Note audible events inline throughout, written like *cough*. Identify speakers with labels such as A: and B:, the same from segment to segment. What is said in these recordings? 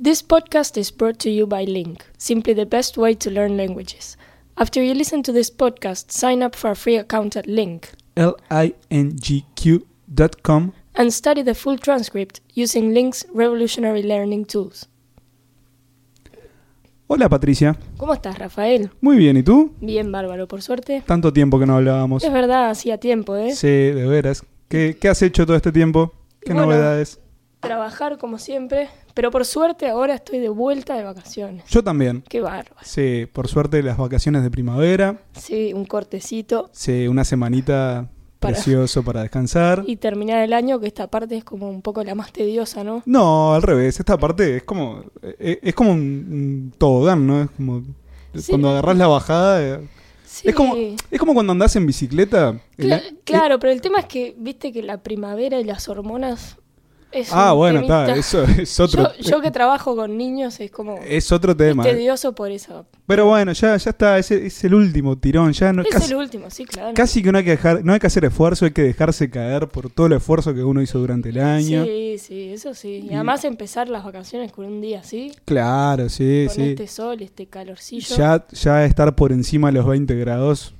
A: This podcast is brought to you by Link, simply the best way to learn languages. After you listen to this podcast, sign up for a free account at Link
B: lingq.com.
A: and study the full transcript using Link's revolutionary learning tools.
B: Hola Patricia,
A: ¿Cómo estás, Rafael?
B: muy bien, ¿y tú?
A: Bien, bárbaro, por suerte.
B: Tanto tiempo que no hablábamos.
A: Es verdad, hacía tiempo, ¿eh?
B: Sí, de veras. ¿Qué, qué has hecho todo este tiempo? ¿Qué
A: Bueno.
B: novedades?
A: Trabajar como siempre, pero por suerte ahora estoy de vuelta de vacaciones.
B: Yo también.
A: Qué bárbaro.
B: Sí, por suerte las vacaciones de primavera.
A: Sí, un cortecito
B: Sí, una semanita
A: Para-
B: precioso para descansar.
A: *laughs* y terminar el año, que esta parte es como un poco la más tediosa, ¿no?
B: No, al revés. Esta parte es como eh, es como un, un tobogán, ¿no? Es como
A: Sí.
B: cuando agarrás la bajada. eh,
A: Sí.
B: Es como es como cuando andás en bicicleta. en la-
A: Cla- claro, pero el tema es que, viste que la primavera y las hormonas es
B: Ah,
A: un
B: bueno,
A: temita.
B: está. Eso es otro.
A: *laughs* Yo, yo que trabajo con niños es como
B: Es otro tema. eh.
A: tedioso por eso.
B: Pero bueno, ya, ya está, es, es el último tirón, ya no,
A: es
B: casi,
A: el último, sí, claro.
B: casi que no hay que dejar, no hay que hacer esfuerzo, hay que dejarse caer por todo el esfuerzo que uno hizo durante el año.
A: Sí, sí, eso sí. Y
B: Y-
A: además empezar las vacaciones con un día así,
B: Claro, sí,
A: con
B: sí.
A: este sol, este calorcillo,
B: Ya, ya estar por encima de los 20 grados.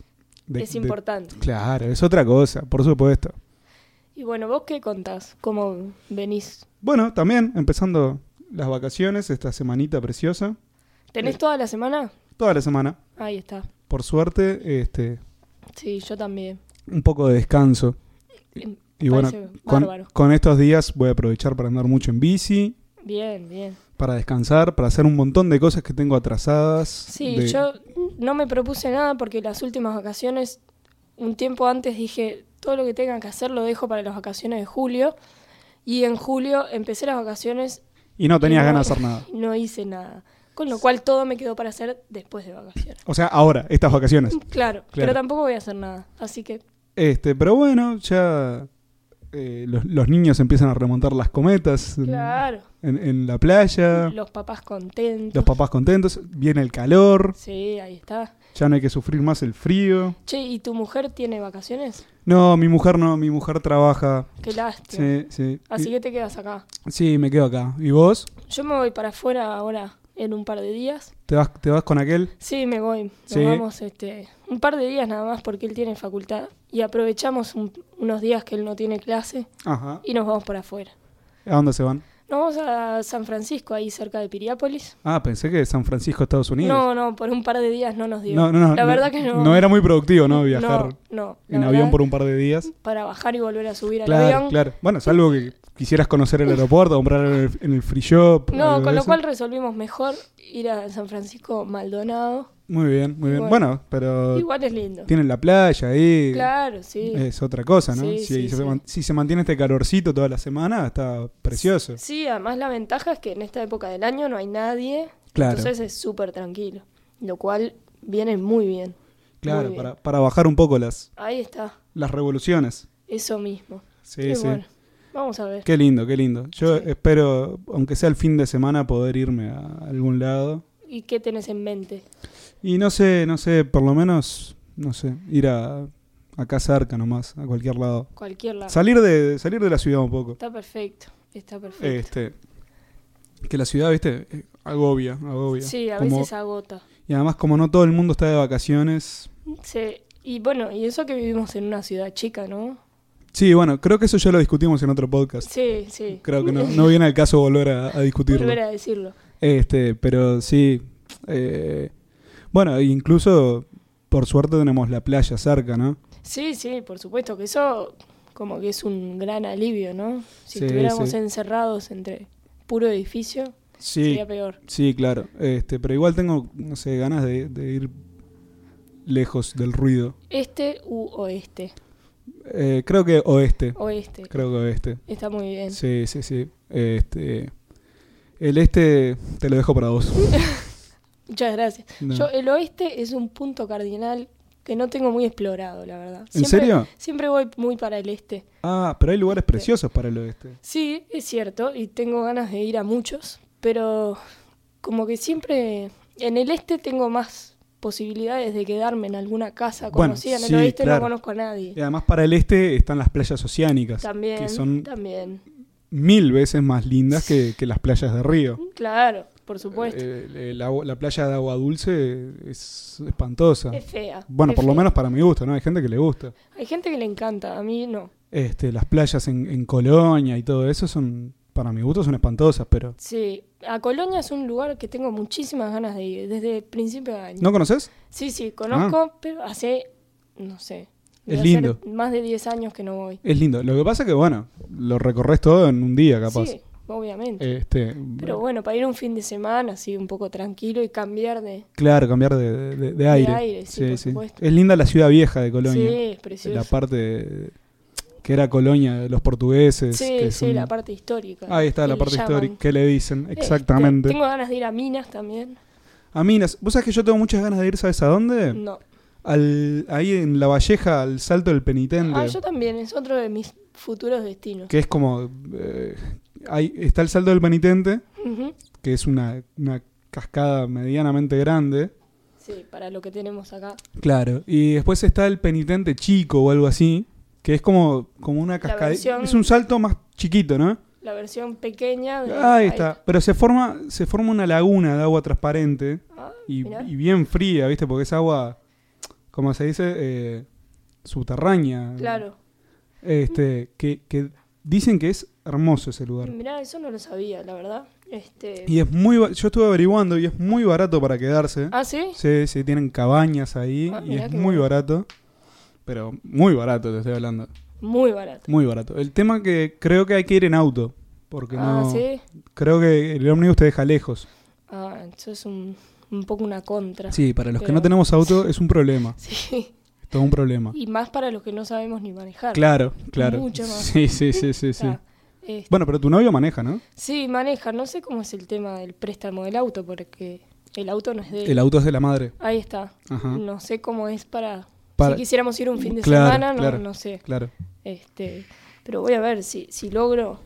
B: de-
A: es
B: de-
A: importante.
B: claro, es otra cosa, por supuesto.
A: Y bueno, ¿vos qué contás? ¿Cómo venís?
B: Bueno, también empezando las vacaciones, esta semanita preciosa, Eh.
A: ¿Tenés toda la semana?
B: toda la semana,
A: Ahí está.
B: por suerte, este,
A: Sí, yo también.
B: un poco de descanso.
A: Eh,
B: Y bueno,
A: parece
B: con,
A: bárbaro.
B: con estos días voy a aprovechar para andar mucho en bici,
A: Bien, bien.
B: para descansar, para hacer un montón de cosas que tengo atrasadas.
A: Sí,
B: de-
A: yo no me propuse nada porque las últimas vacaciones, un tiempo antes dije, todo lo que tenga que hacer lo dejo para las vacaciones de julio. Y en julio empecé las vacaciones
B: Y no tenías
A: y no-
B: ganas de hacer nada.
A: y *laughs* no hice nada. Con lo cual todo me quedó para hacer después de vacaciones.
B: O sea, ahora, estas vacaciones.
A: Claro, pero tampoco voy a hacer nada. Así que
B: Este, pero bueno, ya eh, los, los niños empiezan a remontar las cometas en,
A: Claro.
B: en- en la playa,
A: Los papás contentos.
B: Ah. los papás contentos, viene el calor,
A: Sí, ahí está.
B: ya no hay que sufrir más el frío.
A: Che, ¿y tu mujer tiene vacaciones?
B: No, mi mujer no, mi mujer trabaja.
A: Qué lástima.
B: Sí, sí.
A: Así
B: Y-
A: que te quedas acá.
B: Sí, me quedo acá. ¿Y vos?
A: Yo me voy para afuera ahora en un par de días.
B: ¿Te vas, te vas con aquel?
A: Sí, me voy. Nos
B: Sí.
A: vamos este, un par de días nada más porque él tiene facultad. Y aprovechamos un- unos días que él no tiene clase
B: Ajá.
A: y nos vamos para afuera.
B: ¿A dónde se van?
A: Nos vamos a San Francisco, ahí cerca de Piriápolis.
B: Ah, pensé que San Francisco, Estados Unidos.
A: No, no, por un par de días no nos dio.
B: No, no, no,
A: la
B: no-
A: verdad que no.
B: No era muy productivo, ¿no? Viajar
A: no, la
B: en
A: verdad,
B: avión por un par de días.
A: Para bajar y volver a subir al
B: Claro,
A: avión.
B: claro. Bueno, salvo que quisieras conocer el aeropuerto, comprar en el, en el free shop. algo
A: No,
B: de
A: con lo
B: eso.
A: cual resolvimos mejor ir a San Francisco Maldonado.
B: Muy bien, muy bien.
A: Bueno.
B: Bueno, pero
A: Igual es lindo.
B: tienen la playa ahí.
A: Claro, sí.
B: Es otra cosa, ¿no?
A: Sí,
B: si,
A: sí,
B: se
A: sí.
B: man- si se mantiene este calorcito toda la semana, está precioso.
A: Sí, además la ventaja es que en esta época del año no hay nadie.
B: Claro.
A: Entonces es súper tranquilo. Lo cual viene muy bien. muy
B: claro,
A: bien.
B: para, para bajar un poco las,
A: Ahí está.
B: las revoluciones.
A: Eso mismo.
B: Sí,
A: Y
B: sí.
A: bueno, vamos a ver.
B: Qué lindo, qué lindo. Yo
A: Sí.
B: espero, aunque sea el fin de semana, poder irme a algún lado.
A: ¿Y qué tenés en mente?
B: Y no sé, no sé, por lo menos, no sé, ir a, acá cerca nomás, a cualquier lado.
A: Cualquier lado.
B: Salir de, salir de la ciudad un poco.
A: Está perfecto. Está perfecto.
B: Este, que la ciudad, viste, eh, agobia, agobia.
A: Sí, a
B: Como-
A: veces agota.
B: Y además, como no todo el mundo está de vacaciones.
A: Sí. Y bueno, y eso que vivimos en una ciudad chica, ¿no?
B: Sí, bueno, creo que eso ya lo discutimos en otro podcast.
A: Sí, sí.
B: Creo que no, no viene al caso volver a, a discutirlo.
A: Volver a decirlo.
B: Este, pero sí. eh, bueno, incluso por suerte tenemos la playa cerca, ¿no?
A: Sí, sí, por supuesto que eso como que es un gran alivio, ¿no? Si
B: Sí,
A: estuviéramos
B: sí.
A: encerrados entre puro edificio,
B: Sí,
A: sería peor.
B: Sí, claro. Este, pero igual tengo, no sé, ganas de, de ir lejos del ruido.
A: Este u oeste.
B: Eh, creo que oeste.
A: Oeste.
B: Creo que oeste.
A: Está muy bien.
B: Sí, sí, sí. Este, el este te lo dejo para vos.
A: *laughs* Muchas gracias.
B: No.
A: Yo, el oeste es un punto cardinal que no tengo muy explorado, la verdad.
B: ¿En
A: Siempre-
B: serio?
A: Siempre voy muy para el este.
B: Ah, pero hay lugares preciosos para el oeste.
A: Sí, es cierto, y tengo ganas de ir a muchos, pero como que siempre en el este tengo más posibilidades de quedarme en alguna casa
B: Bueno,
A: conocida. en
B: sí,
A: el oeste no
B: claro.
A: conozco a nadie.
B: Y además para el este están las playas oceánicas.
A: También,
B: Que son
A: también.
B: mil veces más lindas que, que las playas de Río.
A: Claro, por supuesto.
B: Eh, eh, la, la playa de agua dulce es espantosa.
A: es fea.
B: Bueno,
A: es
B: por lo
A: fea.
B: menos para mi gusto, ¿no? Hay gente que le gusta.
A: Hay gente que le encanta, a mí no.
B: Este, las playas en, en Colonia y todo eso son, para mi gusto, son espantosas, pero...
A: Sí, a Colonia es un lugar que tengo muchísimas ganas de ir, desde principio de año.
B: ¿No conoces?
A: Sí, sí, conozco, pero hace, no sé. debe
B: Es
A: hacer
B: lindo.
A: Más de 10 años que no voy.
B: Es lindo. Lo que pasa que, bueno, lo recorres todo en un día, capaz.
A: Sí, obviamente.
B: Este,
A: pero bueno, para ir un fin de semana así, un poco tranquilo y cambiar de...
B: Claro, cambiar de, de- de aire.
A: aire, sí, por supuesto.
B: Es linda la ciudad vieja de Colonia.
A: Sí, es
B: la
A: precioso.
B: parte de- que era Colonia de los portugueses.
A: sí,
B: que
A: sí,
B: es un-
A: la parte histórica.
B: Ahí está
A: que
B: la
A: le
B: parte
A: llaman.
B: histórica. ¿Qué le dicen?
A: Eh,
B: Exactamente.
A: te- tengo ganas de ir a Minas también.
B: A Minas. ¿Vos sabés que yo tengo muchas ganas de ir, ¿sabes a dónde?
A: No.
B: Al, ahí en La Valleja, al Salto del Penitente.
A: Ah, yo también, es otro de mis futuros destinos.
B: Que es como... eh, ahí está el Salto del Penitente,
A: Ujú.
B: que es una, una cascada medianamente grande.
A: Sí, para lo que tenemos acá.
B: Claro, y después está el penitente chico o algo así, que es como, como una cascada.
A: versión-
B: Es un salto más chiquito, ¿no?
A: La versión pequeña de...
B: Ahí está. Pero se forma, se forma una laguna de agua transparente
A: Ah,
B: y,
A: mirá.
B: y bien fría, ¿viste? Porque es agua, como se dice, eh, subterránea.
A: Claro.
B: Este, que, que dicen que es hermoso ese lugar.
A: Mirá, eso no lo sabía, la verdad. Este...
B: Y es muy, ba- yo estuve averiguando y es muy barato para quedarse.
A: Ah, ¿sí?
B: Sí, sí, tienen cabañas ahí
A: Ah,
B: y
A: mirá
B: es
A: qué
B: muy
A: bueno.
B: barato. Pero muy barato te estoy hablando.
A: Muy barato.
B: Muy barato. El tema que creo que hay que ir en auto. Porque
A: ah,
B: no.
A: ¿sí?
B: Creo que el ómnibus te deja lejos.
A: Ah, eso es un, un poco una contra.
B: Sí, para los que
A: Pero-
B: no tenemos auto es un problema.
A: *laughs* Sí.
B: Es todo un problema.
A: Y más para los que no sabemos ni manejar.
B: Claro, claro.
A: Mucho más.
B: Sí, sí, sí, sí, sí.
A: Ah, este,
B: Bueno, pero tu novio maneja, ¿no?
A: sí, maneja. No sé cómo es el tema del préstamo del auto, porque el auto no es de él.
B: El auto es de la madre.
A: Ahí está.
B: Ajá.
A: No sé cómo es para...
B: Para-
A: Si quisiéramos ir un fin de
B: Claro,
A: semana, no,
B: claro.
A: no sé.
B: Claro.
A: Este, pero voy a ver si, si logro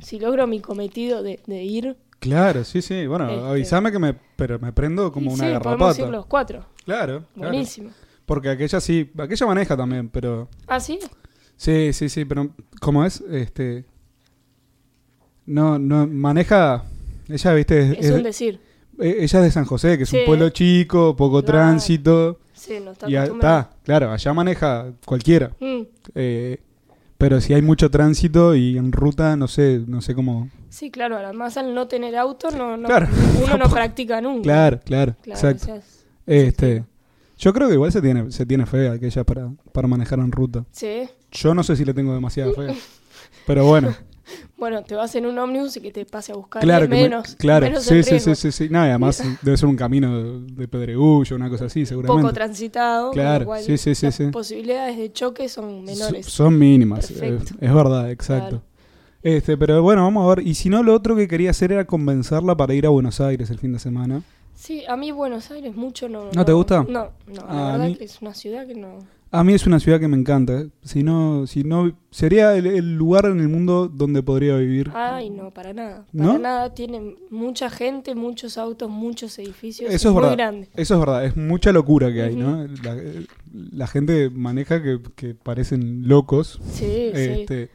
A: si logro mi cometido de, de ir.
B: Claro, sí, sí. Bueno,
A: Este.
B: avísame que me, pero me prendo como
A: Y
B: una
A: sí, podemos ir
B: garrapata.
A: los cuatro.
B: Claro, claro.
A: Buenísimo.
B: Porque aquella sí, aquella maneja también, pero
A: Ah, sí.
B: Sí, sí, sí, pero ¿cómo es? Este no no maneja ella, ¿viste? Es,
A: Es un
B: es-
A: decir.
B: eh, ella es de San José, que es
A: Sí.
B: un pueblo chico, poco
A: Claro.
B: tránsito
A: Sí, no está
B: y a-
A: acostumbrado.
B: está, claro, allá maneja cualquiera.
A: Mm,
B: eh, pero si hay mucho tránsito y en ruta, no sé, no sé cómo.
A: Sí, claro, además al no tener auto no, no-
B: Claro. *laughs*
A: uno no practica nunca.
B: Claro, claro,
A: Claro,
B: exacto.
A: o sea, es-
B: este, yo creo que igual se tiene se tiene fe aquella para para manejar en ruta.
A: sí.
B: Yo no sé si le tengo demasiada fe. Pero
A: *laughs*
B: bueno,
A: Bueno, te vas en un ómnibus y que te pase a buscar
B: Claro,
A: es
B: que me-
A: menos.
B: claro,
A: menos
B: sí,
A: el
B: sí, sí,
A: riesgo.
B: sí, sí. No, y además debe ser un camino de, de pedregullo, una cosa así, seguramente.
A: Poco transitado. con lo
B: Claro,
A: cual
B: sí, sí, sí,
A: las
B: sí.
A: Posibilidades de choque son menores.
B: So- Son mínimas, eh,
A: Perfecto.
B: es verdad, exacto.
A: Claro.
B: Este, pero bueno, vamos a ver. Y si no, lo otro que quería hacer era convencerla para ir a Buenos Aires el fin de semana.
A: Sí, a mí Buenos Aires mucho no.
B: ¿No te gusta?
A: No, no,
B: A
A: la verdad
B: mí-
A: que es una ciudad que no.
B: A mí es una ciudad que me encanta. eh. Si no, si no, sería el, el lugar en el mundo donde podría vivir.
A: Ay, no, para nada. Para
B: ¿No?
A: nada, tiene mucha gente, muchos autos, muchos edificios.
B: Eso es
A: muy
B: verdad.
A: grande.
B: Eso es verdad, es mucha locura que hay,
A: Ujú.
B: ¿no? La, la gente maneja que, que parecen locos.
A: Sí, sí.
B: Este,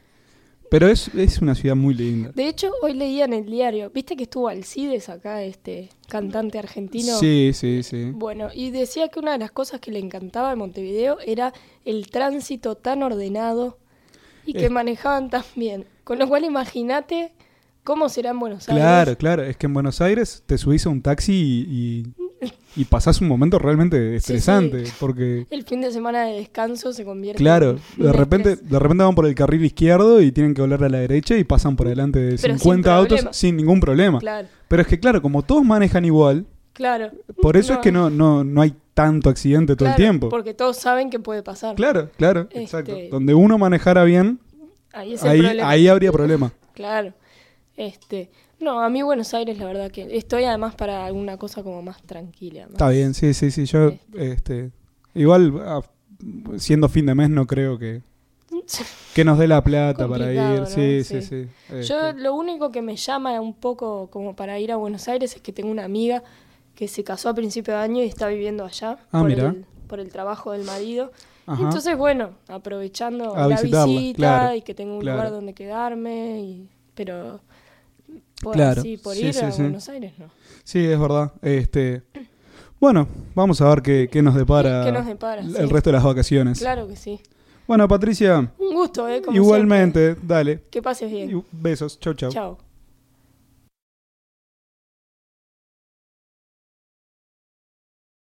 B: Pero es, es una ciudad muy linda.
A: De hecho, hoy leía en el diario, viste que estuvo Alcides acá, este cantante argentino.
B: Sí, sí, sí.
A: Bueno, y decía que una de las cosas que le encantaba de Montevideo era el tránsito tan ordenado y que
B: Es-
A: manejaban tan bien. Con lo cual, imagínate cómo será en Buenos Aires.
B: Claro, claro. Es que en Buenos Aires te subís a un taxi y,
A: *laughs*
B: y, y pasás un momento realmente estresante. Porque,
A: El fin de semana de descanso se convierte
B: claro,
A: en un
B: de repente,
A: estrés.
B: de repente van por el carril izquierdo y tienen que volver a la derecha y pasan por delante de
A: Pero sin
B: 50 autos
A: problema.
B: sin ningún problema.
A: Claro,
B: Pero es que, claro, como todos manejan igual,
A: claro.
B: por eso es que no, no, no hay tanto accidente todo
A: claro,
B: el tiempo.
A: Porque todos saben que puede pasar.
B: Claro, claro,
A: Este-
B: exacto. Donde uno manejara bien,
A: Ahí es el
B: ahí,
A: problema.
B: ahí habría problema.
A: *laughs* Claro. Este, no, a mí Buenos Aires la verdad que estoy además para alguna cosa como más tranquila. más-
B: Está
A: *laughs*
B: bien, sí, sí, sí. Yo, este, igual, ah, siendo fin de mes, no creo que, que nos dé la plata para ir.
A: Complicado, ¿no?
B: Sí, sí, sí.
A: Sí.
B: Este,
A: Yo lo único que me llama un poco como para ir a Buenos Aires es que tengo una amiga que se casó a principio de año y está viviendo allá
B: Ah,
A: por,
B: mirá.
A: el, por el trabajo del marido.
B: ajá.
A: Entonces, bueno, aprovechando
B: A
A: la
B: visitarla,
A: visita
B: claro,
A: y que tengo un
B: claro.
A: lugar donde quedarme y pero por,
B: Claro,
A: sí, por
B: sí,
A: ir
B: sí,
A: a
B: sí.
A: Buenos Aires no.
B: Sí, es verdad. Este, bueno, vamos a ver qué, qué nos depara
A: ¿Qué nos depara?
B: el
A: Sí.
B: resto de las vacaciones.
A: Claro que sí.
B: Bueno, Patricia,
A: Un gusto, ¿eh? Como
B: igualmente, dale.
A: siempre. Que pases bien.
B: Y Besos, chau, chau.
A: Chao.